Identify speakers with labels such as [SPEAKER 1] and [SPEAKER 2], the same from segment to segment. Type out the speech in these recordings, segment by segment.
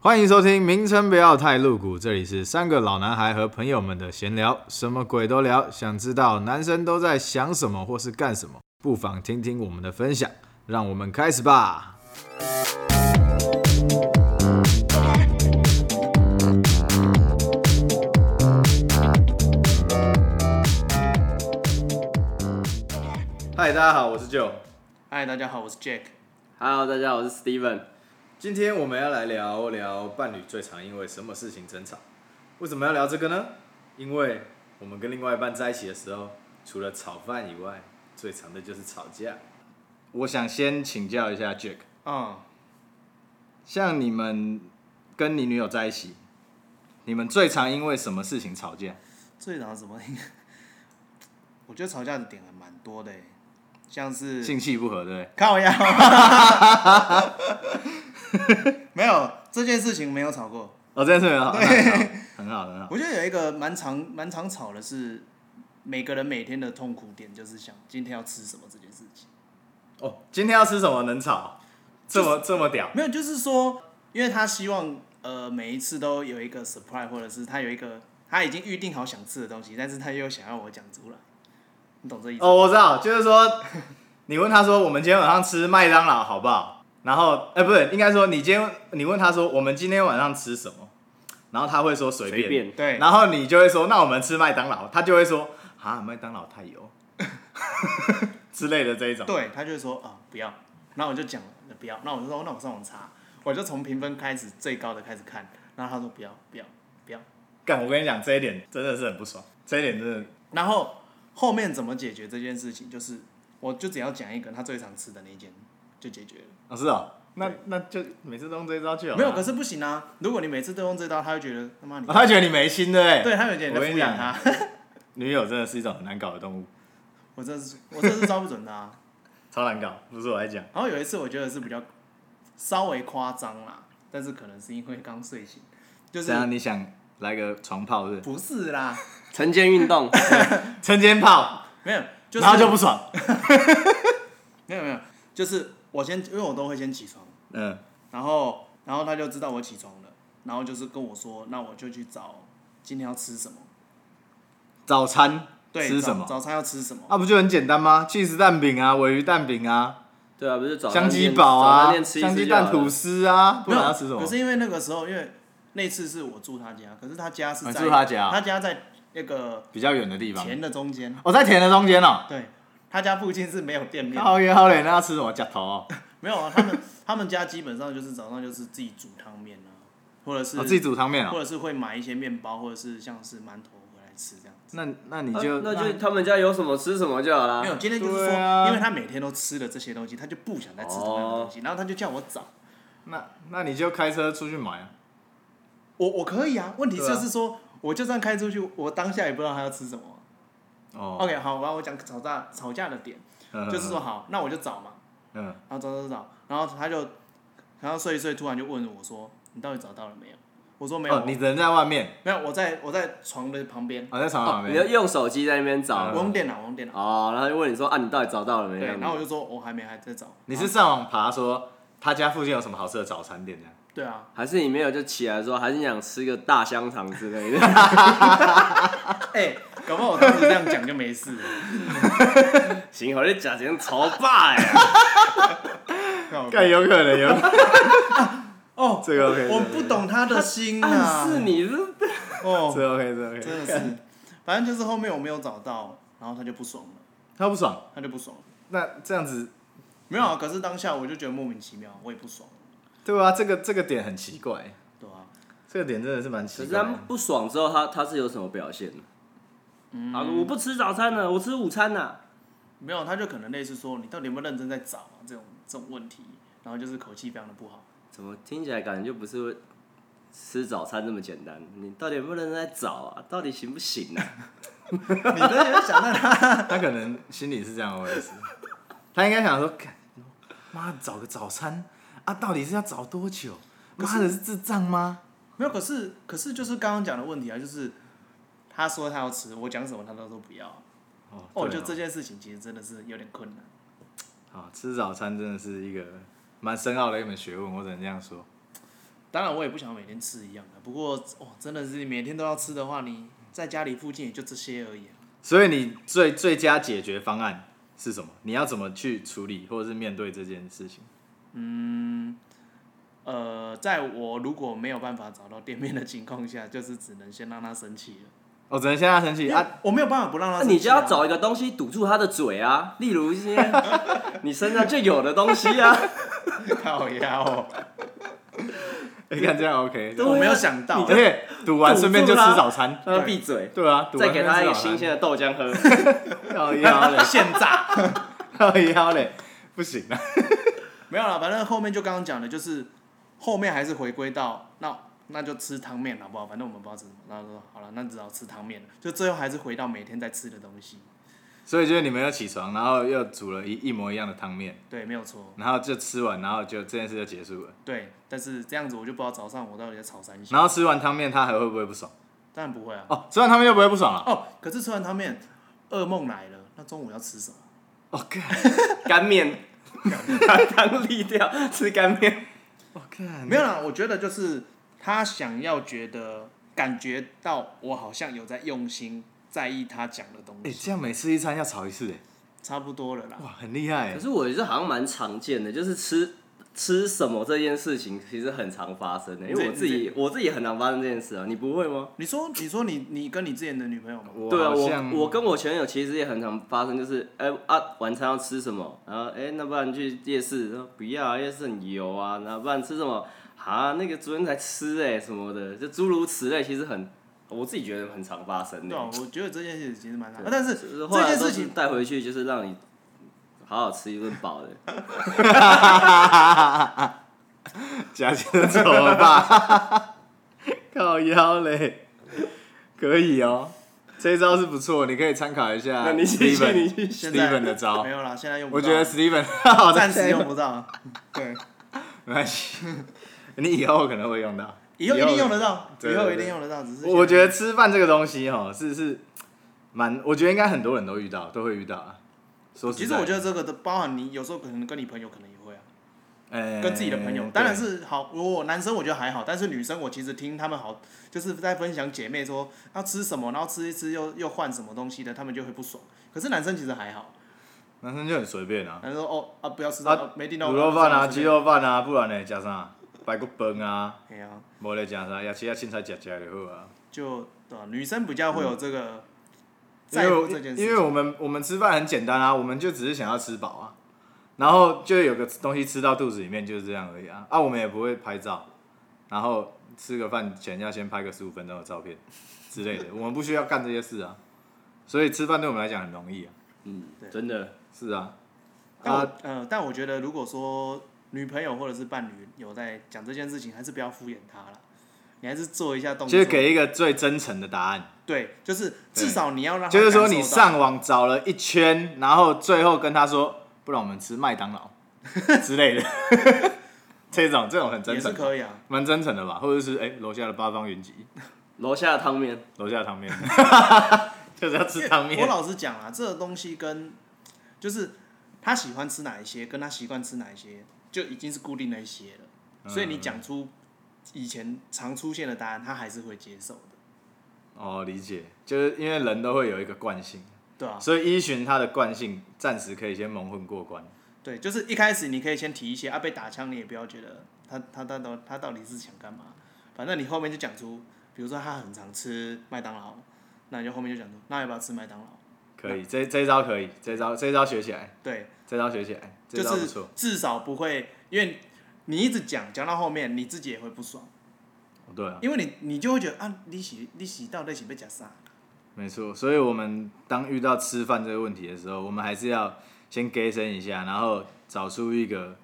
[SPEAKER 1] 欢迎收听，名称不要太露骨，这里是三个老男孩和朋友们的闲聊，什么鬼都聊。想知道男生都在想什么或是干什么，不妨听听我们的分享。让我们开始吧。嗨，大家好，我是 Joe。
[SPEAKER 2] 嗨，大家好，我是 Jack。
[SPEAKER 3] Hello，大家好，我是 Steven。
[SPEAKER 1] 今天我们要来聊聊伴侣最常因为什么事情争吵。为什么要聊这个呢？因为我们跟另外一半在一起的时候，除了炒饭以外，最常的就是吵架。我想先请教一下 Jack，
[SPEAKER 2] 嗯，
[SPEAKER 1] 像你们跟你女友在一起，你们最常因为什么事情吵架？
[SPEAKER 2] 最早怎么？ 我觉得吵架的点还蛮多的耶，像是
[SPEAKER 1] 性气不合，对不对？
[SPEAKER 2] 靠腰， 没有这件事情没有吵过。
[SPEAKER 1] 哦，这件事很好，很好，很好。
[SPEAKER 2] 我觉得有一个蛮常蛮常吵的是，每个人每天的痛苦点就是想今天要吃什么这件事情。
[SPEAKER 1] 哦，今天要吃什么能吵？这么这么屌？
[SPEAKER 2] 没有，就是说，因为他希望呃每一次都有一个 surprise，或者是他有一个他已经预定好想吃的东西，但是他又想要我讲出来，你懂这意思吗？
[SPEAKER 1] 哦，我知道，就是说，你问他说我们今天晚上吃麦当劳好不好？然后，哎、不是，应该说你今天你问他说我们今天晚上吃什么，然后他会说随便，
[SPEAKER 3] 随便
[SPEAKER 2] 对，
[SPEAKER 1] 然后你就会说那我们吃麦当劳，他就会说啊麦当劳太油 之类的这一种。
[SPEAKER 2] 对他就会说啊、不要，然后我就讲了不要，那我就说那我上网查，我就从评分开始最高的开始看，然后他说不要不要不要，
[SPEAKER 1] 干，我跟你讲这一点真的是很不爽，这一点真的
[SPEAKER 2] 然后后面怎么解决这件事情，就是我就只要讲一个他最常吃的那一间就解决了。
[SPEAKER 1] 哦是哦，那那就每次都用这一招就好了
[SPEAKER 2] 没有，可是不行啊！如果你每次都用这招，他会觉得他妈 你
[SPEAKER 1] 哦，他觉得你没心对不对？
[SPEAKER 2] 对他有点在
[SPEAKER 1] 我啊跟
[SPEAKER 2] 敷
[SPEAKER 1] 你
[SPEAKER 2] 衍
[SPEAKER 1] 讲
[SPEAKER 2] 他。
[SPEAKER 1] 女友真的是一种很难搞的动物，
[SPEAKER 2] 我这是我这是抓不准的、啊。
[SPEAKER 1] 超难搞，不是我来讲。
[SPEAKER 2] 然后有一次我觉得是比较稍微夸张啦，但是可能是因为刚睡醒，就
[SPEAKER 1] 这样
[SPEAKER 2] 是
[SPEAKER 1] 你想来个床炮是不是？
[SPEAKER 2] 不是啦，
[SPEAKER 3] 晨间运动，
[SPEAKER 1] 晨间炮。
[SPEAKER 2] 没有，就是
[SPEAKER 1] 然后就不爽。
[SPEAKER 2] 没有没有，就是我先因为我都会先起床，
[SPEAKER 1] 嗯，
[SPEAKER 2] 然后然后他就知道我起床了，然后就是跟我说，那我就去找今天要吃什么，
[SPEAKER 1] 早餐
[SPEAKER 2] 对，
[SPEAKER 1] 吃什
[SPEAKER 2] 早
[SPEAKER 1] 么？
[SPEAKER 2] 早餐要吃什么，
[SPEAKER 1] 啊，不就很简单吗？起司蛋饼啊，尾鱼蛋饼啊，
[SPEAKER 3] 对啊，不是早餐
[SPEAKER 1] 香鸡
[SPEAKER 3] 店
[SPEAKER 1] 堡
[SPEAKER 3] 早餐
[SPEAKER 1] 啊，
[SPEAKER 3] 店吃一吃
[SPEAKER 1] 香鸡
[SPEAKER 3] 就好
[SPEAKER 1] 蛋吐
[SPEAKER 3] 了
[SPEAKER 1] 司啊，不
[SPEAKER 2] 没有
[SPEAKER 1] 然要吃什么
[SPEAKER 2] 可？是因为那个时候，因为那次是我住他家，可是他家是
[SPEAKER 1] 你
[SPEAKER 2] 在
[SPEAKER 1] 住他家啊
[SPEAKER 2] 他家在那个
[SPEAKER 1] 比较远的地方。
[SPEAKER 2] 田的中间，
[SPEAKER 1] 我在田的中间哦。
[SPEAKER 2] 对，他家附近是没有店面的，
[SPEAKER 1] 好远好远，那要吃什么？夹头哦，
[SPEAKER 2] 没有啊，他们 他们家基本上就是早上就是自己煮汤面啊，或者是、呃
[SPEAKER 1] 我自己煮汤面
[SPEAKER 2] 或
[SPEAKER 1] 哦。
[SPEAKER 2] 者是会买一些面包，或者是像是馒头回来吃这样。
[SPEAKER 1] 那那你
[SPEAKER 3] 啊
[SPEAKER 1] 就
[SPEAKER 3] 那就他们家有什么吃什么就好了
[SPEAKER 2] 没。有，今天就是
[SPEAKER 1] 对
[SPEAKER 2] 说，
[SPEAKER 1] 啊哦
[SPEAKER 2] 因为他每天都吃了这些东西，他就不想再吃同样的东西，然后他就叫我找。
[SPEAKER 1] 那那你就开车出去买啊。
[SPEAKER 2] 我我可以啊，问题
[SPEAKER 1] 对啊
[SPEAKER 2] 就是说，我就算开出去，我当下也不知道他要吃什么。
[SPEAKER 1] 哦
[SPEAKER 2] OK，好，我要我讲吵架吵架的点，
[SPEAKER 1] 嗯
[SPEAKER 2] 就是说好，那我就找嘛，
[SPEAKER 1] 嗯，
[SPEAKER 2] 然后找找找，然后他就，然后睡一睡，突然就问我说：“你到底找到了没有？”我说：“没有。
[SPEAKER 1] 哦，你人在外面，
[SPEAKER 2] 没有，我在我在床的旁边，
[SPEAKER 1] 我在床
[SPEAKER 3] 哦
[SPEAKER 1] 旁
[SPEAKER 3] 你要
[SPEAKER 1] 边。
[SPEAKER 3] 用手机在那边
[SPEAKER 2] 我
[SPEAKER 3] 找
[SPEAKER 1] 啊嗯
[SPEAKER 2] 用电脑，我用电脑。
[SPEAKER 3] 哦，然后就问你说啊，你到底找到了没？
[SPEAKER 2] 对，然后我
[SPEAKER 3] 就
[SPEAKER 2] 就说我还没，还在找。哦
[SPEAKER 1] 你是上网爬说他家附近有什么好吃的早餐店这样？
[SPEAKER 2] 对啊，
[SPEAKER 3] 还是你没有就起来说，还是你想吃个大香肠之类 的。
[SPEAKER 2] 哎，搞不好我当时这样讲就没事 了。
[SPEAKER 3] 行，我就假装潮霸 哎。
[SPEAKER 2] 靠
[SPEAKER 1] 盖有可能有，
[SPEAKER 2] 哦，
[SPEAKER 1] 这个 OK，
[SPEAKER 2] 我不懂他的心啊，
[SPEAKER 3] 暗示你是
[SPEAKER 1] 这
[SPEAKER 2] 哦，
[SPEAKER 1] 个 OK，这个 OK。
[SPEAKER 2] 真的是，反正就是后面我没有找到，然后他就不爽了，
[SPEAKER 1] 他不爽，
[SPEAKER 2] 他就不爽了。
[SPEAKER 1] 那这样子
[SPEAKER 2] 没有啊，可是当下我就觉得莫名其妙，我也不爽，
[SPEAKER 1] 对啊，这个这个点很奇怪，
[SPEAKER 2] 对啊，
[SPEAKER 1] 这个点真的是蛮奇
[SPEAKER 3] 可是
[SPEAKER 1] 怪
[SPEAKER 3] 他
[SPEAKER 1] 的。
[SPEAKER 3] 们不爽之后，他他是有什么表现呢？嗯，好，我不吃早餐了，我吃午餐啊了。
[SPEAKER 2] 没有，他就可能类似说你到底有没有认真在找啊这种这种问题，然后就是口气非常的不好。
[SPEAKER 3] 怎么听起来感觉就不是吃早餐这么简单？你到底有没有认真在找啊？到底行不行啊？
[SPEAKER 2] 你真的有想到他？
[SPEAKER 1] 他可能心里是这样的位置，他应该想说，干妈找个早餐啊，到底是要找多久？妈的是智障吗？
[SPEAKER 2] 没有，可是可是就是刚刚讲的问题啊，就是他说他要吃，我讲什么他都说不要。
[SPEAKER 1] 哦
[SPEAKER 2] 哦，
[SPEAKER 1] 对
[SPEAKER 2] 就这件事情其实真的是有点困难。
[SPEAKER 1] 哦，吃早餐真的是一个蛮深奥的一门学问，我只能这样说。
[SPEAKER 2] 当然我也不想每天吃一样的，不过哦，真的是你每天都要吃的话，你在家里附近也就这些而已啊、
[SPEAKER 1] 所以你最最佳解决方案是什么？你要怎么去处理或者是面对这件事情？
[SPEAKER 2] 呃，在我如果没有办法找到店面的情况下，就是只能先让他生气了。
[SPEAKER 1] 我哦只能先让他生气啊！，
[SPEAKER 2] 我没有办法不让他
[SPEAKER 3] 那
[SPEAKER 2] 生气啊、
[SPEAKER 3] 你就要找一个东西堵住他的嘴 啊，例如一些你身上就有的东西 啊。
[SPEAKER 2] 靠呀哦，
[SPEAKER 1] 你 看这样 OK，
[SPEAKER 3] 对啊
[SPEAKER 2] 我没有想到
[SPEAKER 3] 你
[SPEAKER 1] 而且赌完顺便就吃早餐，
[SPEAKER 3] 让他闭嘴，
[SPEAKER 1] 对啊，赌完
[SPEAKER 3] 再给他一个新鲜的豆浆喝。
[SPEAKER 1] 的，要腰嘞，
[SPEAKER 2] 现炸。
[SPEAKER 1] 要腰嘞，不行啊！
[SPEAKER 2] 没有了，反正后面就刚刚讲的，就是后面还是回归到那那就吃汤面好不好？反正我们不知道吃什么，然后说好了，那只好吃汤面了。就最后还是回到每天在吃的东西，
[SPEAKER 1] 所以就是你们要起床，然后又煮了一一模一样的汤面，
[SPEAKER 2] 对，没有错，
[SPEAKER 1] 然后就吃完，然后就这件事就结束了。
[SPEAKER 2] 对。但是这样子我就不知道早上我到底在炒三小，
[SPEAKER 1] 然后吃完汤面，他还会不会不爽？
[SPEAKER 2] 当然不会啊。
[SPEAKER 1] 哦，吃完汤面就不会不爽了。
[SPEAKER 2] 哦，可是吃完汤面，噩梦来了，那中午要吃什么？
[SPEAKER 1] 哦，干，
[SPEAKER 3] 干面，把汤沥掉，吃干 面。哦
[SPEAKER 1] 我干，
[SPEAKER 2] 没有啦，我觉得就是他想要觉得感觉到我好像有在用心在意他讲的东
[SPEAKER 1] 哎，
[SPEAKER 2] 西，
[SPEAKER 1] 这样每次一餐要吵一次，哎，
[SPEAKER 2] 差不多了啦。
[SPEAKER 1] 哇，很厉害哎。
[SPEAKER 3] 可是我觉得好像蛮常见的，就是吃吃什么这件事情其实很常发生的、因为我自己我自己很常发生这件事啊，你不会吗？
[SPEAKER 2] 你说，你说你你跟你之前的女朋友吗？
[SPEAKER 3] 对啊，
[SPEAKER 1] 好像
[SPEAKER 3] 我我跟我前友其实也很常发生，就是哎、啊，晚餐要吃什么？然后哎、那不然去夜市？然后不要、啊，夜市很油啊。那不然吃什么？啊，那个昨天才吃哎、什么的，就诸如此类，其实很我自己觉得很常发生的、
[SPEAKER 2] 对啊，我觉得这件事情其实蛮难，
[SPEAKER 3] 对
[SPEAKER 2] 啊但是
[SPEAKER 3] 就是后来
[SPEAKER 2] 这件
[SPEAKER 3] 都
[SPEAKER 2] 事
[SPEAKER 3] 是
[SPEAKER 2] 情
[SPEAKER 3] 带回去就是让你好好吃一顿饱的。
[SPEAKER 1] 夹起了走了吧， 靠腰嘞，可以哦，这一招是不错，你可以参考一下 Steven。
[SPEAKER 3] 那你继续，你继续。
[SPEAKER 2] 现在
[SPEAKER 1] Steven 的招
[SPEAKER 2] 没有啦，现在用不
[SPEAKER 1] 我
[SPEAKER 2] 到，
[SPEAKER 1] 觉得 Steven 好
[SPEAKER 2] 暂时用 不到。对，
[SPEAKER 1] 没关系，你以后可能会用到。
[SPEAKER 2] 以后一定用得到，
[SPEAKER 1] 对
[SPEAKER 2] 以
[SPEAKER 1] 对
[SPEAKER 2] 后
[SPEAKER 1] 对
[SPEAKER 2] 一定用得到，只是
[SPEAKER 1] 我我觉得吃饭这个东西哈，是是蛮，我觉得应该很多人都遇到，都会遇到啊。说
[SPEAKER 2] 其
[SPEAKER 1] 实
[SPEAKER 2] 实我觉
[SPEAKER 1] 得
[SPEAKER 2] 得这个的包含你有时候可能跟你朋友可能也会啊，
[SPEAKER 1] 呃
[SPEAKER 2] 跟自己的朋友，当然
[SPEAKER 1] 对
[SPEAKER 2] 啊是好。如果男生我觉得还好，但是女生我其实听他们好，就是在分享姐妹说要吃什么，然后吃一吃又又换什么东西的，他们就会不爽。可是男生其实还好，
[SPEAKER 1] 男生就很随便啊，
[SPEAKER 2] 男生说哦啊不要吃
[SPEAKER 1] 啊
[SPEAKER 2] 到没订到
[SPEAKER 1] 卤肉饭啊，
[SPEAKER 2] 不要吃
[SPEAKER 1] 鸡肉饭啊，不然呢加啥？排骨饭啊，
[SPEAKER 2] 哎呀，
[SPEAKER 1] 无咧食啥，也其他凊彩食食就好啊。
[SPEAKER 2] 就对吧？女生比较会有这个
[SPEAKER 1] 因
[SPEAKER 2] 在
[SPEAKER 1] 为
[SPEAKER 2] 乎
[SPEAKER 1] 我
[SPEAKER 2] 这件事情，
[SPEAKER 1] 因为我们我们吃饭很简单啊，我们就只是想要吃饱啊，然后就有个东西吃到肚子里面就是这样而已啊。啊，我们也不会拍照，然后吃个饭前要先拍个十五分钟的照片之类的，我们不需要干这些事啊。所以吃饭对我们来讲很容易啊，
[SPEAKER 3] 嗯
[SPEAKER 2] 对，
[SPEAKER 3] 真的。
[SPEAKER 1] 是啊，
[SPEAKER 2] 但
[SPEAKER 1] 啊
[SPEAKER 2] 我呃，但我觉得如果说女朋友或者是伴侣有在讲这件事情，还是不要敷衍她了，你还是做一下动作，
[SPEAKER 1] 就是给一个最真诚的答案，
[SPEAKER 2] 对，就是
[SPEAKER 1] 对
[SPEAKER 2] 至少你要让她
[SPEAKER 1] 就是说你
[SPEAKER 2] 感受到
[SPEAKER 1] 上网找了一圈，然后最后跟他说，不然我们吃麦当 劳之类的， 这种这种很真
[SPEAKER 2] 也是
[SPEAKER 1] 诚，
[SPEAKER 2] 可以啊，
[SPEAKER 1] 蛮真诚的吧，或者是哎楼、下的八方云集。
[SPEAKER 3] 楼下的汤面，
[SPEAKER 1] 楼下汤面， 就是要吃汤
[SPEAKER 2] 我
[SPEAKER 1] 面。
[SPEAKER 2] 老实讲啊，这个东西跟就是他喜欢吃哪一些，跟他习惯吃哪一些，就已经是固定那一些
[SPEAKER 1] 嗯
[SPEAKER 2] 了，所以你讲出以前常出现的答案，他还是会接受的，
[SPEAKER 1] 哦，理解，就是因为人都会有一个惯性，
[SPEAKER 2] 对啊，
[SPEAKER 1] 所以依循他的惯性，暂时可以先蒙混过关。
[SPEAKER 2] 对，就是一开始你可以先提一些啊，被打枪你也不要觉得他他他到他到底是想干嘛，反正你后面就讲出，比如说他很常吃麦当劳，那你就后面就讲出，那要不要吃麦当劳？
[SPEAKER 1] 可以，这这一招可以，这一招这一招学起来，
[SPEAKER 2] 对，
[SPEAKER 1] 这一招学起来，这
[SPEAKER 2] 就
[SPEAKER 1] 一招不
[SPEAKER 2] 是
[SPEAKER 1] 错。
[SPEAKER 2] 至少不会，因为你一直讲讲到后面，你自己也会不爽，
[SPEAKER 1] 哦对啊，
[SPEAKER 2] 因为你你就会觉得啊，你喜你喜到底是被夹啥？
[SPEAKER 1] 没错。所以我们当遇到吃饭这个问题的时候，我们还是要先给身一下，然后找出一个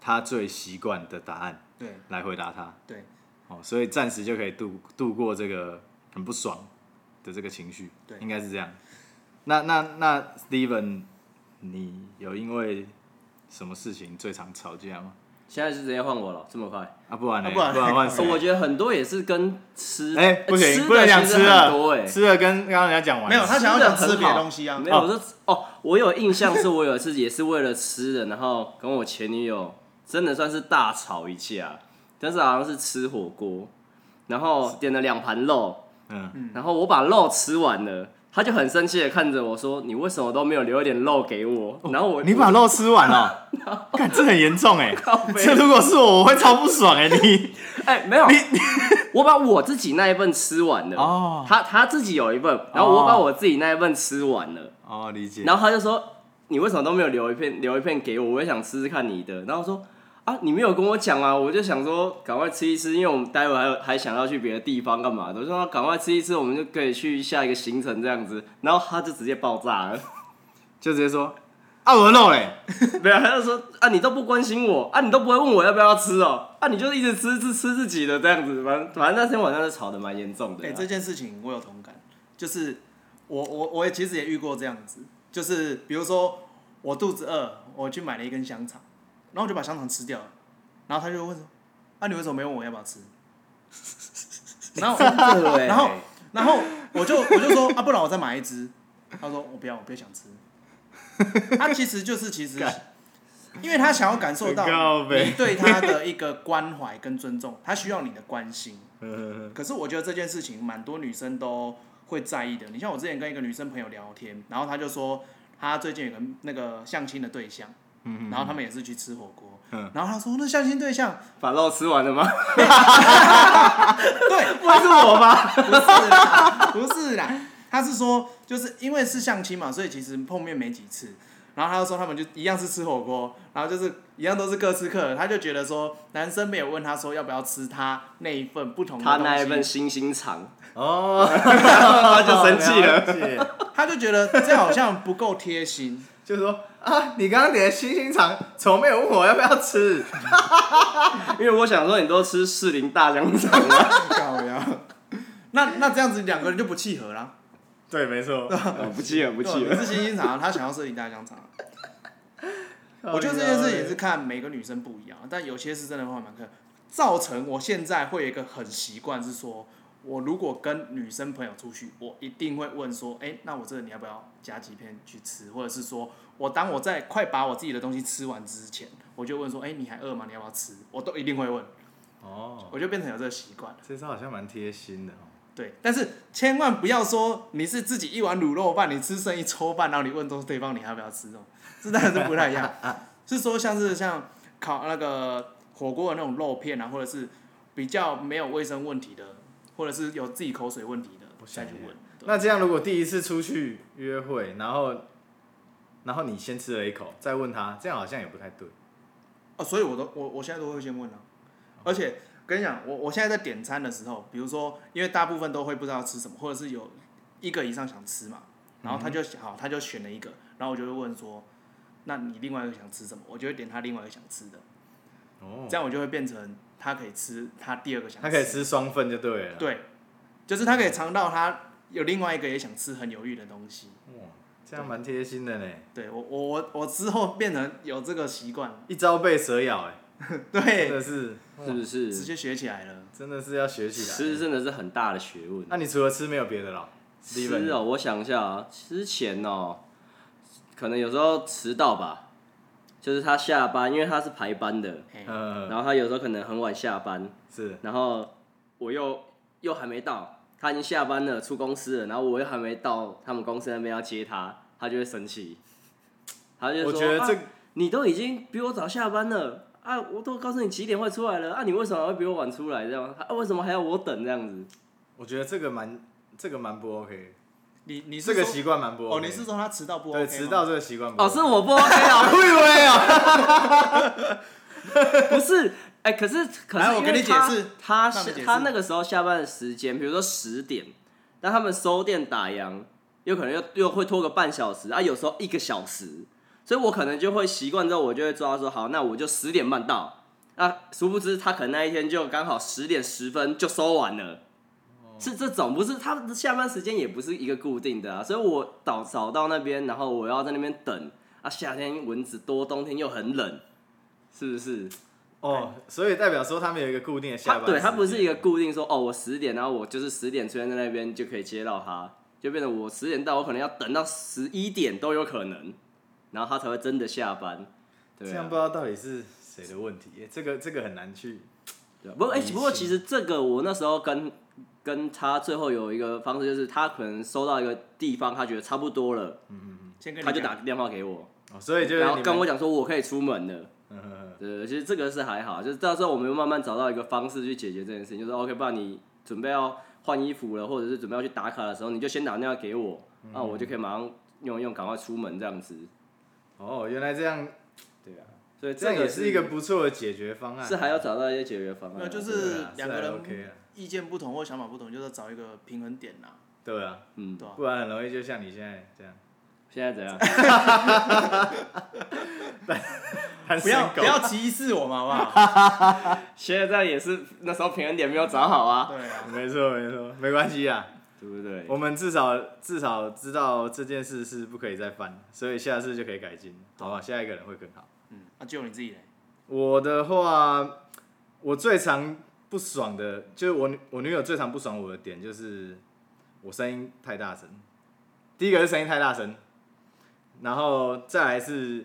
[SPEAKER 1] 他最习惯的答案
[SPEAKER 2] 对
[SPEAKER 1] 来回答他。
[SPEAKER 2] 对
[SPEAKER 1] 哦，所以暂时就可以度度过这个很不爽的这个情绪，
[SPEAKER 2] 对
[SPEAKER 1] 应该是这样。那那那，Steven，你有因为什么事情最常吵架吗？
[SPEAKER 3] 现在就直接换我了，这么快？
[SPEAKER 1] 啊，不然呢？
[SPEAKER 2] 啊不然呢
[SPEAKER 1] 换
[SPEAKER 3] 我
[SPEAKER 1] 谁？
[SPEAKER 3] 觉得很多也是跟吃，
[SPEAKER 1] 哎、不
[SPEAKER 3] 吃
[SPEAKER 1] 行，
[SPEAKER 3] 的
[SPEAKER 1] 不能讲
[SPEAKER 3] 其实
[SPEAKER 1] 吃
[SPEAKER 3] 很多哎
[SPEAKER 1] 了，，吃了跟刚刚人家讲完了，
[SPEAKER 2] 欸没有哦他想要讲吃别的
[SPEAKER 3] 好
[SPEAKER 2] 东西啊
[SPEAKER 3] 没有，我说哦，我有印象是我有一次也是为了吃的，然后跟我前女友真的算是大吵一架，但是好像是吃火锅，然后点了两盘肉，
[SPEAKER 1] 嗯，
[SPEAKER 3] 然后我把肉吃完了，他就很生气的看着我说：“你为什么都没有留一点肉给我？”
[SPEAKER 2] 哦
[SPEAKER 3] 然后哦我
[SPEAKER 1] 你把肉吃完 了，看这很严重哎、这如果是我，我会超不爽哎、 你
[SPEAKER 3] 哎、没有， 我把我自己那一份吃完了。
[SPEAKER 1] 哦
[SPEAKER 3] 他他自己有一份，然后我
[SPEAKER 1] 哦
[SPEAKER 3] 把我自己那一份吃完了。
[SPEAKER 1] 哦，理解。
[SPEAKER 3] 然后他就说：“你为什么都没有留一片留一片给我？我也想吃吃看你的。”然后我说：“啊，你没有跟我讲啊，我就想说赶快吃一吃，因为我们待会还有还想要去别的地方干嘛的。”我说：“赶快吃一吃，我们就可以去下一个行程这样子。”然后他就直接爆炸了，
[SPEAKER 1] 就直接说啊，我的肉嘞，
[SPEAKER 3] 没有，他就说：“啊，你都不关心我啊，你都不会问我要不要吃哦，啊，你就一直吃吃吃自己的这样子。”反正反正那天晚上就吵得蛮严重的
[SPEAKER 2] 哎、
[SPEAKER 3] 啦、
[SPEAKER 2] 这件事情我有同感，就是我我我也其实也遇过这样子，就是比如说我肚子饿，我去买了一根香肠，然后我就把香肠吃掉了，然后他就问说：“啊，你为什么没问我要不要 吃？”然后我
[SPEAKER 3] 真的哎
[SPEAKER 2] 然后然后我就我就说：“啊，不然我再买一只。”他说：“我不要，我不要想吃。”他其实就是其实，因为他想要感受到
[SPEAKER 1] 告
[SPEAKER 2] 你
[SPEAKER 1] 呗。
[SPEAKER 2] 对他的一个关怀跟尊重，他需要你的关心。可是我觉得这件事情蛮多女生都会在意的。你像我之前跟一个女生朋友聊天，然后她就说她最近有个那个相亲的对象，然后他们也是去吃火锅，
[SPEAKER 1] 嗯
[SPEAKER 2] 然后她说那相亲对象
[SPEAKER 3] 把肉吃完了吗？
[SPEAKER 2] 对
[SPEAKER 3] 不会是我吧？
[SPEAKER 2] 不是啦，不是啦，她是说就是因为是相亲嘛，所以其实碰面没几次。然后她就说他们就一样是吃火锅，然后就是一样都是各吃各的。她就觉得说男生没有问她说要不要吃她那一份不同的
[SPEAKER 3] 他
[SPEAKER 2] 东西，
[SPEAKER 3] 那一份星星肠，
[SPEAKER 1] 哦，
[SPEAKER 3] 他
[SPEAKER 1] 他
[SPEAKER 3] 就生气了。
[SPEAKER 1] 哦了，
[SPEAKER 2] 她就觉得这好像不够贴心。
[SPEAKER 1] 就说啊，你刚刚点的星星肠，怎么没有问我要不要吃？
[SPEAKER 3] 因为我想说，你都吃士林大香肠了，
[SPEAKER 2] 搞呀！那那这样子两个人就不契合啦，
[SPEAKER 1] 对，没 错。
[SPEAKER 3] 哦不气了，不气
[SPEAKER 2] 对吧
[SPEAKER 3] 了
[SPEAKER 2] 你。是星星肠，他想要吃林大香肠。我觉得这件事
[SPEAKER 1] 哎
[SPEAKER 2] 也是看每个女生不一样，但有些是真的会蛮克，造成我现在会有一个很习惯是说，我如果跟女生朋友出去，我一定会问说，哎、那我这个你要不要加几片去吃，或者是说我当我在快把我自己的东西吃完之前，我就问说，哎、你还饿吗？你要不要吃？我都一定会问，
[SPEAKER 1] 哦，
[SPEAKER 2] 我就变成有这个习惯。
[SPEAKER 1] 这招好像蛮贴心的哦。
[SPEAKER 2] 对，但是千万不要说你是自己一碗卤肉饭，你吃剩一抽饭，然后你问对方你还要不要吃哦，这当然是不太一样。是说像是像烤那个火锅的那种肉片啊，或者是比较没有卫生问题的，或者是有自己口水问题的，
[SPEAKER 1] 我想
[SPEAKER 2] 再去
[SPEAKER 1] 一下
[SPEAKER 2] 问。对
[SPEAKER 1] 那这样，如果第一次出去约会，然后然后你先吃了一口，再问他，这样好像也不太对。
[SPEAKER 2] 哦，所以我都我我现在都会先问
[SPEAKER 1] 哦
[SPEAKER 2] 啊，而且跟你讲，我我现在在点餐的时候，比如说，因为大部分都会不知道吃什么，或者是有一个以上想吃嘛，然后他
[SPEAKER 1] 嗯
[SPEAKER 2] 就、好，他就选了一个，然后我就会问说，那你另外一个想吃什么？我就会点他另外一个想吃的，
[SPEAKER 1] 哦，
[SPEAKER 2] 这样我就会变成他可以吃他第二个想吃，
[SPEAKER 1] 他可以，吃双份就对了。，
[SPEAKER 2] 对，就是他可以尝到他有另外一个也想吃很犹豫的东西。
[SPEAKER 1] 哇，这样蛮贴心的呢，
[SPEAKER 2] 对我我我我之后变成有这个习惯，
[SPEAKER 1] 一朝被蛇咬，哎，真
[SPEAKER 2] 对，
[SPEAKER 1] 的是，
[SPEAKER 3] 是不
[SPEAKER 2] 直
[SPEAKER 3] 是？
[SPEAKER 2] 接学起来了。
[SPEAKER 1] 真的是要学起来。
[SPEAKER 3] 吃真的是很大的学问。
[SPEAKER 1] 那你除了吃没有别的了？
[SPEAKER 3] 吃哦，我想一下啊，之前哦，可能有时候迟到吧，就是他下班，因为他是排班的，
[SPEAKER 2] 嘿
[SPEAKER 1] 嗯，
[SPEAKER 3] 然后他有时候可能很晚下班，
[SPEAKER 1] 是
[SPEAKER 3] 然后我又又还没到，他已经下班了，出公司了，然后我又还没到他们公司那边要接他，他就会生气，他就
[SPEAKER 1] 我
[SPEAKER 3] 说
[SPEAKER 1] 觉得这
[SPEAKER 3] 啊你都已经比我早下班了啊！我都告诉你几点会出来了啊！你为什么会比我晚出来这样？啊，为什么还要我等这样子？
[SPEAKER 1] 我觉得这个蛮这个蛮不 OK，
[SPEAKER 2] 你你
[SPEAKER 1] 的
[SPEAKER 2] 是
[SPEAKER 1] 这个
[SPEAKER 2] 说
[SPEAKER 1] 习惯蛮不 OK
[SPEAKER 2] 哦，
[SPEAKER 1] 的。
[SPEAKER 2] 你是说他迟到不 OK
[SPEAKER 1] 对
[SPEAKER 2] 吗
[SPEAKER 1] 迟到这个习惯不
[SPEAKER 3] 哦，
[SPEAKER 1] OK
[SPEAKER 3] 是我 不 OK 啊！
[SPEAKER 1] 以为啊，
[SPEAKER 3] 不是，哎、可是可是
[SPEAKER 2] 来我
[SPEAKER 3] 因为
[SPEAKER 2] 跟你解
[SPEAKER 3] 他
[SPEAKER 2] 释
[SPEAKER 3] 他
[SPEAKER 2] 让你解释
[SPEAKER 3] 他那个时候下班的时间，比如说十点，但他们收店打烊，有可能又又会拖个半小时啊，有时候一个小时，所以我可能就会习惯之后，我就会抓说好，那我就十点半到。啊，殊不知他可能那一天就刚好十点十分就收完了。
[SPEAKER 2] 哦
[SPEAKER 3] 是这种，不是他的下班时间也不是一个固定的啊，所以我早早到那边，然后我要在那边等啊，夏天蚊子多，冬天又很冷，是不是？
[SPEAKER 1] 哦，所以代表说他们有一个固定的下
[SPEAKER 3] 他
[SPEAKER 1] 班，
[SPEAKER 3] 对他不是一个，固定说哦，我十点，然后我就是十点出现在那边就可以接到他，就变成我十点到，我可能要等到十一点都有可能，然后他才会真的下班。
[SPEAKER 1] 这
[SPEAKER 3] 对、
[SPEAKER 1] 样
[SPEAKER 3] 啊
[SPEAKER 1] 不，知道到底是谁的问题，这个这个很难去
[SPEAKER 3] 对啊，不过哎、
[SPEAKER 1] 理性
[SPEAKER 3] 不过其实这个我那时候跟跟他最后有一个方式，就是他可能收到一个地方，他觉得差不多了，
[SPEAKER 2] 先跟你
[SPEAKER 3] 他就
[SPEAKER 2] 讲
[SPEAKER 3] 打电话给我，
[SPEAKER 1] 哦，所以就是
[SPEAKER 3] 然后
[SPEAKER 1] 你
[SPEAKER 3] 跟
[SPEAKER 1] 们，
[SPEAKER 3] 我讲说我可以出门了。
[SPEAKER 1] 嗯嗯嗯
[SPEAKER 3] 对，其实这个是还好，就是到时候我们慢慢找到一个方式去解决这件事情，就是 OK，不然你准备要换衣服了，或者是准备要去打卡的时候，你就先打电话给我，那、我就可以马上用一用，赶快出门这样子。
[SPEAKER 1] 哦，原来这样，
[SPEAKER 3] 对啊，所以
[SPEAKER 1] 这样
[SPEAKER 3] 个
[SPEAKER 1] 也是一个不错的解决方案。
[SPEAKER 3] 是还要找到一些解决方
[SPEAKER 2] 没
[SPEAKER 3] 案啊，
[SPEAKER 2] 有，就
[SPEAKER 1] 对
[SPEAKER 2] 是
[SPEAKER 1] 啊
[SPEAKER 2] 两个
[SPEAKER 1] 是还 OK 啊
[SPEAKER 2] 人意见不同或想法不同，就是找一个平衡点啦，
[SPEAKER 1] 对啊，
[SPEAKER 3] 嗯，
[SPEAKER 2] 对吧？
[SPEAKER 1] 不然很容易就像你现在这样，
[SPEAKER 3] 现在怎样？
[SPEAKER 1] 单
[SPEAKER 2] 不
[SPEAKER 1] 身
[SPEAKER 2] 要
[SPEAKER 1] 狗
[SPEAKER 2] 不要歧视我们好 不好？
[SPEAKER 3] 现在也是那时候平衡点没有找好啊，
[SPEAKER 2] 对啊，
[SPEAKER 1] 没错没错，没关系啊，
[SPEAKER 3] 对不对？
[SPEAKER 1] 我们至少至少知道这件事是不可以再犯，所以下次就可以改进，好吧？下一个人会更好。
[SPEAKER 2] 嗯，那就你自己嘞。
[SPEAKER 1] 我的话，我最常不爽的，就是我女我女友最常不爽我的点就是我声音太大声。第一个是声音太大声，然后再来是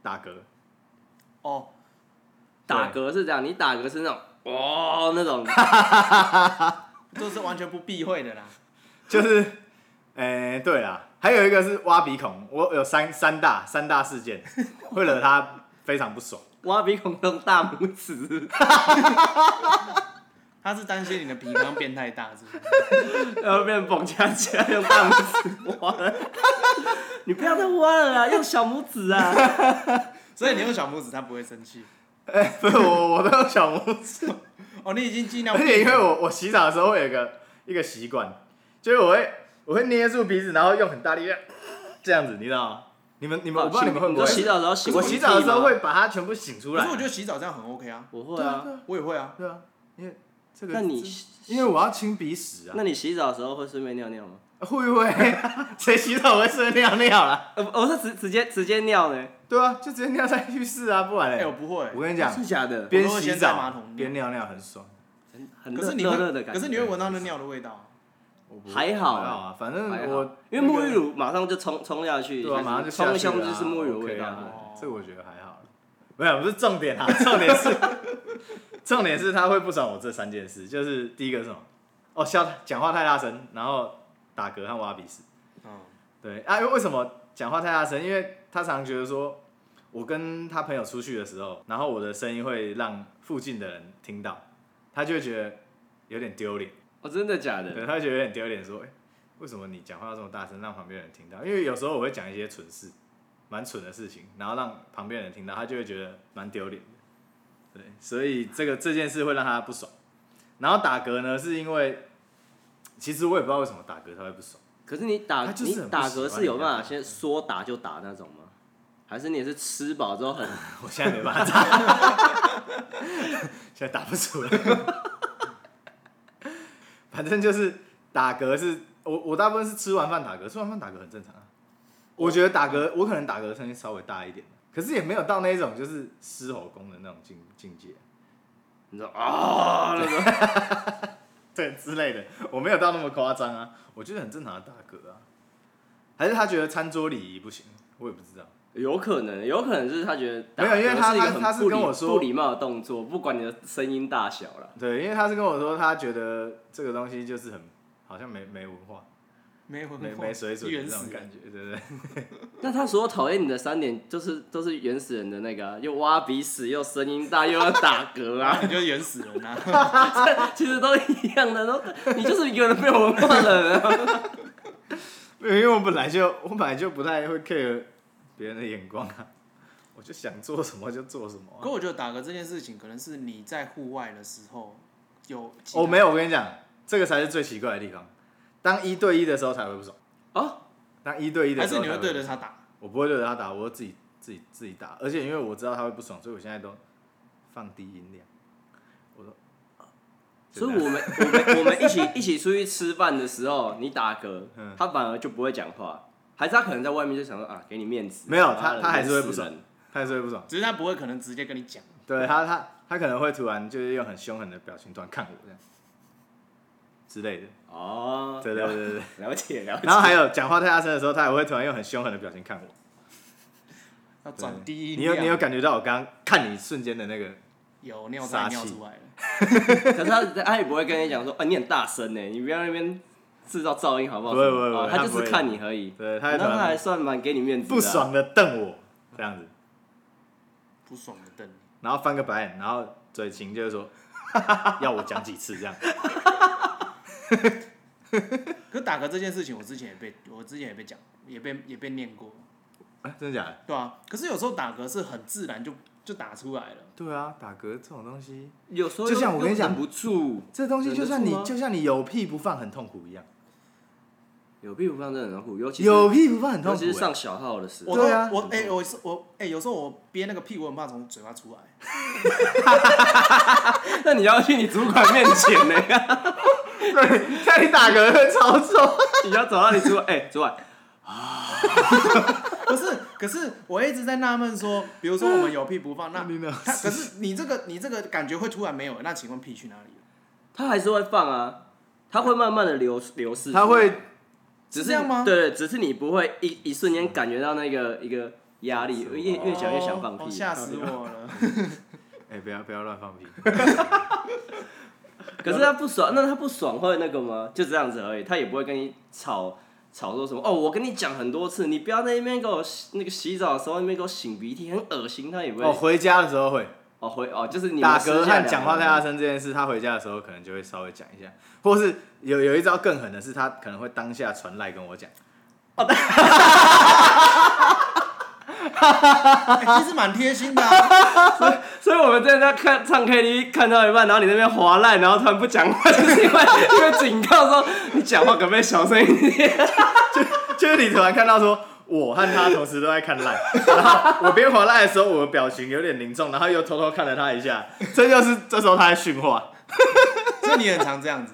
[SPEAKER 1] 打嗝，
[SPEAKER 2] 哦，
[SPEAKER 3] 打嗝是这样，你打嗝是那种哦那种，
[SPEAKER 2] 这是完全不避讳的啦。
[SPEAKER 1] 就是，哎、对啦，还有一个是挖鼻孔，我有三三大三大事件会惹她非常不爽。
[SPEAKER 3] 挖鼻孔用大拇指，
[SPEAKER 2] 他是担心你的皮囊变太大，是不是？
[SPEAKER 3] 然后变蹦恰恰用大拇指挖。你不要再挖了啦，用小拇指 啊！
[SPEAKER 2] 所以你用小拇指，他不会生气。
[SPEAKER 1] 哎、不是我，我都有小拇指，
[SPEAKER 2] 哦，你已经尽量
[SPEAKER 1] 而
[SPEAKER 2] 避
[SPEAKER 1] 且因
[SPEAKER 2] 免，
[SPEAKER 1] 为我我洗澡的时候会有一个一个习惯，就是我会我会捏住鼻子，然后用很大力这样子，你知道吗？你们你们我不知道你们会不
[SPEAKER 3] 就
[SPEAKER 1] 会？
[SPEAKER 3] 洗澡的时候
[SPEAKER 1] 可
[SPEAKER 3] 洗
[SPEAKER 1] 是我
[SPEAKER 3] 过
[SPEAKER 1] 洗澡的时候
[SPEAKER 3] 屁
[SPEAKER 1] 会把它全部醒出
[SPEAKER 2] 可
[SPEAKER 1] 来
[SPEAKER 2] 是。我觉得洗澡这样很 OK 啊，
[SPEAKER 3] 吗， 我会啊。
[SPEAKER 2] 我也会啊。
[SPEAKER 1] 对啊，因为这个
[SPEAKER 3] 那你
[SPEAKER 1] 因为我要清鼻屎啊
[SPEAKER 3] 那，你洗澡的时候会顺便尿尿吗？
[SPEAKER 1] 会不会 谁洗澡会顺便尿尿啦？
[SPEAKER 3] 呃，我是直直接直接尿呢，
[SPEAKER 1] 对啊，就直接尿在浴室啊，不然
[SPEAKER 2] 哎，
[SPEAKER 1] 嘞、
[SPEAKER 2] 我不会。
[SPEAKER 1] 我跟你讲，
[SPEAKER 3] 是假的，
[SPEAKER 1] 边
[SPEAKER 2] 我都会
[SPEAKER 1] 洗
[SPEAKER 2] 先在
[SPEAKER 1] 澡
[SPEAKER 2] 马桶
[SPEAKER 1] 边尿尿很爽。
[SPEAKER 3] 很
[SPEAKER 2] 可
[SPEAKER 3] 热
[SPEAKER 2] 是你
[SPEAKER 3] 热热
[SPEAKER 2] 会，
[SPEAKER 3] 的感
[SPEAKER 2] 可
[SPEAKER 3] 觉。
[SPEAKER 2] 是你会闻到那尿的味道啊。
[SPEAKER 3] 还好啊
[SPEAKER 1] 还好啊，反正
[SPEAKER 3] 还好
[SPEAKER 1] 我
[SPEAKER 3] 因为沐浴乳马上就冲冲下去，
[SPEAKER 1] 对啊，马上就
[SPEAKER 3] 冲
[SPEAKER 1] 下
[SPEAKER 3] 一
[SPEAKER 1] 去了
[SPEAKER 3] 冲
[SPEAKER 1] 啊
[SPEAKER 3] 就是沐浴乳
[SPEAKER 1] OK
[SPEAKER 3] 味道。
[SPEAKER 1] 啊
[SPEAKER 2] 哦
[SPEAKER 1] 这个我觉得还好。没有，不是重 点啊，重点是重点是他会不爽我这三件事，就是第一个是什么？哦，笑讲话太大声，然后打嗝和挖鼻屎。
[SPEAKER 2] 嗯，
[SPEAKER 1] 对啊，因为为什么讲话太大声？因为他常觉得说，我跟他朋友出去的时候，然后我的声音会让附近的人听到，他就会觉得有点丢脸。
[SPEAKER 3] 哦，真的假的？
[SPEAKER 1] 对，啊他会觉得有点丢脸，说、欸，为什么你讲话要这么大声，让旁边人听到？因为有时候我会讲一些蠢事，蛮蠢的事情，然后让旁边人听到，他就会觉得蛮丢脸的。对，所以这个这件事会让他不爽。然后打嗝呢，是因为其实我也不知道为什么打嗝他会不爽，
[SPEAKER 3] 可是你打
[SPEAKER 1] 他就是
[SPEAKER 3] 你
[SPEAKER 1] 很不
[SPEAKER 3] 打
[SPEAKER 1] 喜
[SPEAKER 3] 嗝
[SPEAKER 1] 欢
[SPEAKER 3] 是有
[SPEAKER 1] 你啊
[SPEAKER 3] 办法
[SPEAKER 1] 打嗝
[SPEAKER 3] 先说打就打那种吗？还是你也是吃饱之后很
[SPEAKER 1] 我现在没办法打，现在打不出来。 反正就是打嗝是我我大部分是吃完饭打嗝，吃完饭打嗝很正常啊。我觉得打嗝，我可能打嗝的声音稍微大一点，可是也没有到那种就是狮吼功的那种境境界，
[SPEAKER 3] 你知道啊那种？
[SPEAKER 1] 对之类的，我没有到那么夸张啊，我觉得很正常的打嗝啊。还是他觉得餐桌礼仪不行，我也不知道。
[SPEAKER 3] 有可能，有可能就是他觉得打
[SPEAKER 1] 没有因为
[SPEAKER 3] 嗝
[SPEAKER 1] 他
[SPEAKER 3] 是一个
[SPEAKER 1] 他
[SPEAKER 3] 很
[SPEAKER 1] 他是
[SPEAKER 3] 不
[SPEAKER 1] 跟
[SPEAKER 3] 礼
[SPEAKER 1] 我说
[SPEAKER 3] 不礼貌的动作，不管你的声音大小了。
[SPEAKER 1] 对，因为他是跟我说，他觉得这个东西就是很好像没没文化，
[SPEAKER 2] 没 闻
[SPEAKER 1] 没
[SPEAKER 2] 过，
[SPEAKER 1] 没水准的
[SPEAKER 2] 原
[SPEAKER 1] 那种
[SPEAKER 2] 始
[SPEAKER 1] 感觉，对不对？
[SPEAKER 3] 但他所有讨厌你的三点，就是都是原始人的那个、啊，又挖鼻屎，又声音大，又要打嗝
[SPEAKER 2] 啊，
[SPEAKER 3] 啊，
[SPEAKER 2] 你就是原始人啊。
[SPEAKER 3] 其实都一样的，都你就是一个人没有文化的人、啊。
[SPEAKER 1] 没有， 因为我本来就我本来就不太会 care 别人的眼光啊， 我就想做什么就做什么啊、
[SPEAKER 2] 可我觉得打嗝这件事情，可能是你在户外的时候有其他
[SPEAKER 1] 哦，没有，我跟你讲，这个才是最奇怪的地方。当一对一的时候才会不爽，
[SPEAKER 3] 哦，
[SPEAKER 1] 当一对一的
[SPEAKER 2] 啊还
[SPEAKER 1] 时
[SPEAKER 2] 是
[SPEAKER 1] 候
[SPEAKER 2] 你
[SPEAKER 1] 才
[SPEAKER 2] 会
[SPEAKER 1] 不
[SPEAKER 2] 对
[SPEAKER 1] 爽
[SPEAKER 2] 着他打？
[SPEAKER 1] 我不会对着他打，我会自己自己自己打，而且因为我知道他会不爽，所以我现在都放低音量。我说，
[SPEAKER 3] 所以我们我们我们一起一起出去吃饭的时候，你打嗝
[SPEAKER 1] 嗯，
[SPEAKER 3] 他反而就不会讲话，还是他可能在外面就想说啊，给你面子。
[SPEAKER 1] 没有
[SPEAKER 3] 妈的
[SPEAKER 1] 他他还是会不。
[SPEAKER 3] 原
[SPEAKER 1] 爽
[SPEAKER 3] 始人
[SPEAKER 1] 他还是会不爽。
[SPEAKER 2] 只是他不会可能直接跟你讲。
[SPEAKER 1] 对他，他他可能会突然就是用很凶狠的表情突然看我这样之类的。
[SPEAKER 3] 哦，
[SPEAKER 1] 对对对对对。
[SPEAKER 3] 了解 了解。
[SPEAKER 1] 然后还有讲话太大声的时候，他也会突然用很凶狠的表情看 我。
[SPEAKER 2] 要转低音
[SPEAKER 1] 你有
[SPEAKER 2] 量
[SPEAKER 1] 你有感觉到我刚刚看你瞬间的那个
[SPEAKER 2] 有尿
[SPEAKER 1] 撒
[SPEAKER 2] 在尿
[SPEAKER 1] 气
[SPEAKER 2] 出来了。
[SPEAKER 3] 可是他他也不会跟你讲说，啊，你很大声呢，你不要那边制造噪音好不好？
[SPEAKER 1] 不会不会不会
[SPEAKER 3] 哦他就
[SPEAKER 1] 他不
[SPEAKER 3] 是
[SPEAKER 1] 会
[SPEAKER 3] 看你而已。
[SPEAKER 1] 对，他
[SPEAKER 3] 那
[SPEAKER 1] 还突
[SPEAKER 3] 他还
[SPEAKER 1] 然
[SPEAKER 3] 算蛮给你面子的啊。
[SPEAKER 1] 不爽的瞪我这样子，
[SPEAKER 2] 不爽的瞪你，
[SPEAKER 1] 然后翻个白眼，然后嘴型就是说 要我讲几次这样，
[SPEAKER 2] 可打嗝这件事情，我之前也被我之前也被讲，也被也被念过，
[SPEAKER 1] 啊真的假的？
[SPEAKER 2] 对啊。可是有时候打嗝是很自然就就打出来了，
[SPEAKER 1] 对啊，打嗝这种东西，
[SPEAKER 3] 有时候
[SPEAKER 1] 就像我跟你讲
[SPEAKER 3] 又忍不住，
[SPEAKER 1] 这东西就算
[SPEAKER 3] 忍
[SPEAKER 1] 你
[SPEAKER 3] 得住吗
[SPEAKER 1] 就像你有屁不放很痛苦一样，
[SPEAKER 3] 有屁不放真的很痛苦，尤其是
[SPEAKER 1] 有屁不放很痛
[SPEAKER 3] 尤
[SPEAKER 1] 苦、
[SPEAKER 3] 其是
[SPEAKER 1] 欸
[SPEAKER 3] 上。小号的时候
[SPEAKER 2] 我，都
[SPEAKER 1] 对啊
[SPEAKER 2] 我哎、我是我哎、有时候我憋那个屁，我很怕从嘴巴出来，
[SPEAKER 3] 那你要去你主管面前呢，
[SPEAKER 1] 对，看你打嗝会超 重。
[SPEAKER 3] 你要找到你主管，哎，主管，
[SPEAKER 2] 不是，可是我一直在纳闷说，比如说我们有屁不放，那
[SPEAKER 1] 你哪
[SPEAKER 2] 他可是你这个你这个感觉会突然没有，那请问屁去哪里了？
[SPEAKER 3] 他还是会放啊，他会慢慢的流流逝出来，
[SPEAKER 1] 他会
[SPEAKER 3] 只
[SPEAKER 2] 是
[SPEAKER 3] 是
[SPEAKER 2] 这样吗
[SPEAKER 3] 对对，只是你不会一一瞬间感觉到那个一个压力，
[SPEAKER 1] 哦
[SPEAKER 3] 越越想越想放
[SPEAKER 2] 哦
[SPEAKER 3] 屁。
[SPEAKER 2] 吓、死我了！
[SPEAKER 1] 哎、不要不要乱放屁。
[SPEAKER 3] 可是他不爽，那他不爽会那个吗？就这样子而已，他也不会跟你吵吵说什么哦，我跟你讲很多次，你不要在那边给我洗那个洗澡的时候那边给我擤鼻涕，很恶心，他也不会
[SPEAKER 1] 哦，
[SPEAKER 3] 哦
[SPEAKER 1] 回家的时候会
[SPEAKER 3] 回哦，就是你们
[SPEAKER 1] 打
[SPEAKER 3] 私
[SPEAKER 1] 嗝
[SPEAKER 3] 下聊
[SPEAKER 1] 和讲话啊太大声这件事，他回家的时候可能就会稍微讲一下，或是有有一招更狠的是，他可能会当下传来跟我讲，
[SPEAKER 2] 哎其实蛮贴心的、啊，
[SPEAKER 3] 所以我们在那看唱 KTV 看到一半，然后你那边划烂，然后突然不讲话，就是因为 因为警告说你讲话可不可以小声一点？
[SPEAKER 1] 就是你突然看到说。我和他同时都在看赖， 然后我边滑赖的时候，我的表情有点凝重，然后又偷偷看了他一下，这就是这时候他在训话。
[SPEAKER 2] 所以你很常这样子，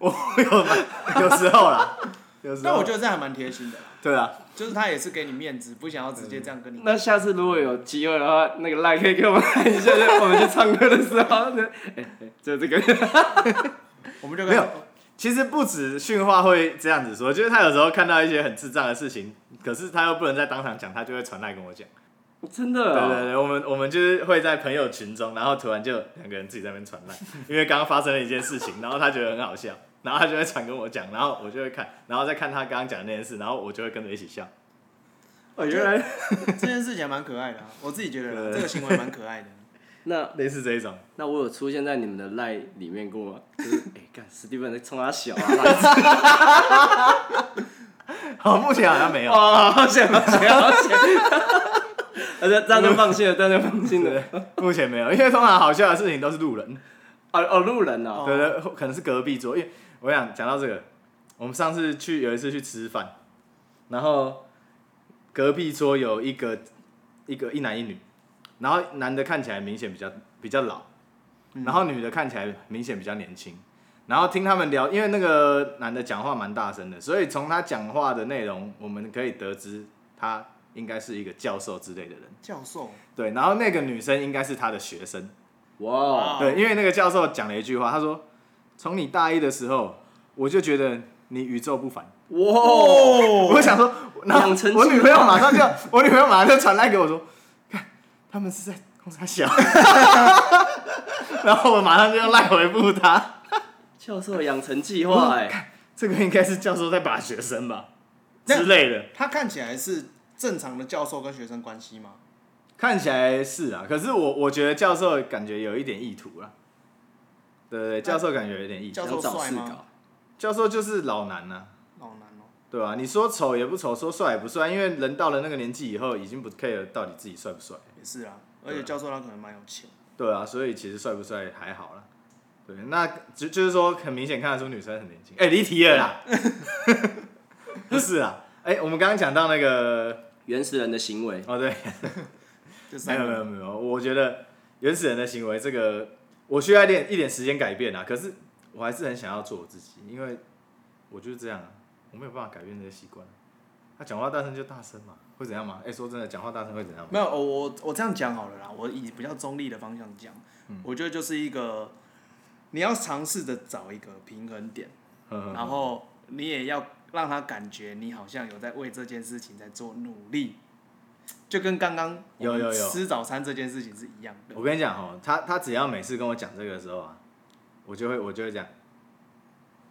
[SPEAKER 1] 我有吗有时候啦，有时候。
[SPEAKER 2] 但我觉得这样还蛮贴心的啦，
[SPEAKER 1] 对啊，
[SPEAKER 2] 就是他也是给你面子，不想要直接这样跟你
[SPEAKER 3] 那下次如果有机会的话，那个 like 可以给我们看一下，就是我们去唱歌的时候， 就哎、哎就这个
[SPEAKER 2] 我们就
[SPEAKER 1] 没有其实不止训话会这样子说，就是他有时候看到一些很智障的事情，可是他又不能在当场讲，他就会传来跟我讲。
[SPEAKER 3] 真的、哦，
[SPEAKER 1] 对对对，我们我们就是会在朋友群中，然后突然就两个人自己在那边传 烂，因为刚刚发生了一件事情，然后他觉得很好笑，然后他就会传跟我讲，然后我就会看，然后再看他刚刚讲的那件事，然后我就会跟着一起笑。
[SPEAKER 3] 哦原来
[SPEAKER 2] 这件事情还蛮可爱的、啊，我自己觉得啦
[SPEAKER 1] 对
[SPEAKER 2] 这个行为蛮可爱的。
[SPEAKER 3] 那
[SPEAKER 1] 类似这一种，
[SPEAKER 3] 那我有出现在你们的 like 里面过吗？就是哎干、史蒂芬在冲他小啊，烂死
[SPEAKER 1] 好，目前好像没有。
[SPEAKER 3] 哦，好险好险好险，而且这样就放心了，这样就放心了
[SPEAKER 1] 对。，目前没有，因为通常好笑的事情都是路人，
[SPEAKER 3] 哦哦，路人哦，
[SPEAKER 1] 对对，可能是隔壁桌。因为我想讲到这个，我们上次去有一次去吃饭，然后隔壁桌有一个一个一男一女，然后男的看起来明显比较比较老，然后女的看起来明显比较年轻。然后听他们聊，因为那个男的讲话蛮大声的，所以从他讲话的内容，我们可以得知他应该是一个教授之类的人。
[SPEAKER 2] 教授，
[SPEAKER 1] 对，然后那个女生应该是他的学生。
[SPEAKER 3] 哇，
[SPEAKER 1] 对，因为那个教授讲了一句话，他说：“从你大一的时候，我就觉得你宇宙不凡。
[SPEAKER 3] 哇，
[SPEAKER 2] 哦
[SPEAKER 1] 我想说，然后
[SPEAKER 3] 养成
[SPEAKER 1] 我
[SPEAKER 3] 计
[SPEAKER 1] 女朋友马上就，我女朋友马上就传来给我说：“看，他们是在公司小。” 然后我马上就赖回复他，
[SPEAKER 3] 教授养成计划哎，
[SPEAKER 1] 这个应该是教授在把学生吧
[SPEAKER 2] 那
[SPEAKER 1] 之类的。
[SPEAKER 2] 他看起来是正常的教授跟学生关系吗？
[SPEAKER 1] 看起来是啊，可是我我觉得教授感觉有一点意图了。对对，对教授感觉有一点意图。
[SPEAKER 2] 教授
[SPEAKER 3] 想找
[SPEAKER 2] 帅
[SPEAKER 3] 事
[SPEAKER 2] 吗
[SPEAKER 3] 搞，
[SPEAKER 1] 教授就是老男呐、啊。
[SPEAKER 2] 好难哦、
[SPEAKER 1] 对吧、你说丑也不丑，说帅也不帅，因为人到了那个年纪以后，已经不 care 到底自己帅不帅。
[SPEAKER 2] 也是啊，而且教授他可能蛮有钱，
[SPEAKER 1] 对啊，所以其实帅不帅还好啦。对，那就就是说，很明显看得出女生很年轻。哎、离题了啦。 不是啊，哎、我们刚刚讲到那个，
[SPEAKER 3] 原始人的行为，
[SPEAKER 1] 哦对，
[SPEAKER 2] 就是
[SPEAKER 1] 没有没有没有，我觉得原始人的行为这个，我需要一点一点时间改变啊。可是我还是很想要做我自己，因为我就是这样啊，我没有办法改变这些习惯。啊他讲话大声就大声嘛，会怎样嘛？哎、说真的，讲话大声会怎样嘛？
[SPEAKER 2] 没有，我我我这样讲好了啦，我以比较中立的方向讲，我觉得就是一个你要尝试着找一个平衡点，
[SPEAKER 1] 嗯
[SPEAKER 2] 然后你也要让他感觉你好像有在为这件事情在做努力，就跟刚刚我
[SPEAKER 1] 有
[SPEAKER 2] 们
[SPEAKER 1] 有有
[SPEAKER 2] 吃早餐这件事情是一样的。
[SPEAKER 1] 我跟你讲哦，他他只要每次跟我讲这个的时候啊，我就会我就会讲，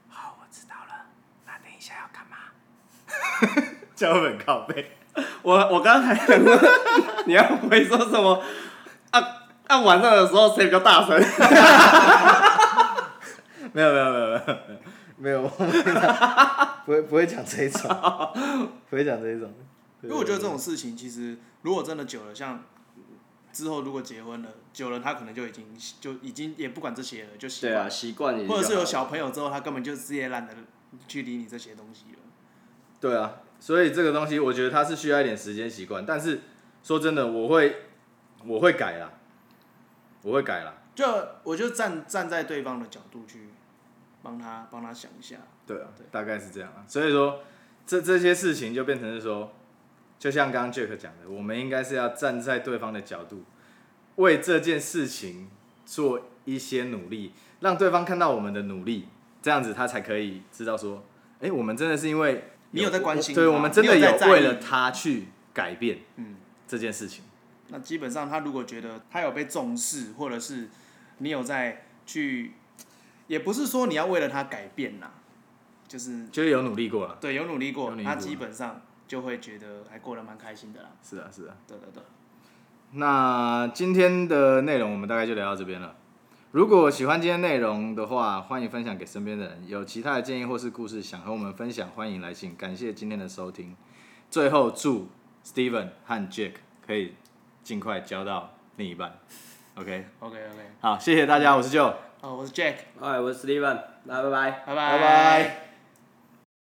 [SPEAKER 1] 好，我知道了，那等一下要干嘛？ 脚本靠背，
[SPEAKER 3] 我我刚才想说你要回说什么啊啊晚上的时候谁比较大声？
[SPEAKER 1] 没有没有没有没有没有，我没讲不会不会讲这一种，不会讲这一种，
[SPEAKER 2] 因为我觉得这种事情，其实如果真的久了，像之后如果结婚了，久了他可能就已经就已经也不管这些了，就习
[SPEAKER 3] 对啊，
[SPEAKER 2] 惯。
[SPEAKER 3] 习惯也就好
[SPEAKER 2] 或者是有小朋友之后，他根本就直接懒得去理你这些东西了。
[SPEAKER 1] 对啊，所以这个东西我觉得它是需要一点时间习惯，但是说真的，我会我会改啦，我会改啦，
[SPEAKER 2] 就我就站站在对方的角度去帮他帮他想一下，
[SPEAKER 1] 对啊
[SPEAKER 2] 对，
[SPEAKER 1] 大概是这样啊。所以说，这这些事情就变成是说，就像刚刚 Jack 讲的，我们应该是要站在对方的角度，为这件事情做一些努力，让对方看到我们的努力，这样子他才可以知道说，哎、我们真的是因为
[SPEAKER 2] 你有在关心
[SPEAKER 1] 对
[SPEAKER 2] 他
[SPEAKER 1] 我们真的
[SPEAKER 2] 你有在在意
[SPEAKER 1] 为了他去改变
[SPEAKER 2] 嗯，
[SPEAKER 1] 这件事情。
[SPEAKER 2] 那基本上他如果觉得他有被重视，或者是你有在去，也不是说你要为了他改变啦，就是
[SPEAKER 1] 就是有努力过了，
[SPEAKER 2] 对有努力过
[SPEAKER 1] 有努，力过
[SPEAKER 2] 他基本上就会觉得还过得蛮开心的啦。
[SPEAKER 1] 是啊，是啊。
[SPEAKER 2] 对对对，
[SPEAKER 1] 那今天的内容我们大概就聊到这边了。如果喜欢今天内容的话，欢迎分享给身边的人。有其他的建议或是故事想和我们分享，欢迎来信。感谢今天的收听。最后祝 Steven 和 Jack 可以尽快交到另一半。OK，
[SPEAKER 2] OK OK，
[SPEAKER 1] 好，谢谢大家，我是 Joe。
[SPEAKER 2] 好，我是 Jack，
[SPEAKER 3] 哎，我是 Steven，那拜拜。
[SPEAKER 2] 拜拜
[SPEAKER 1] 拜拜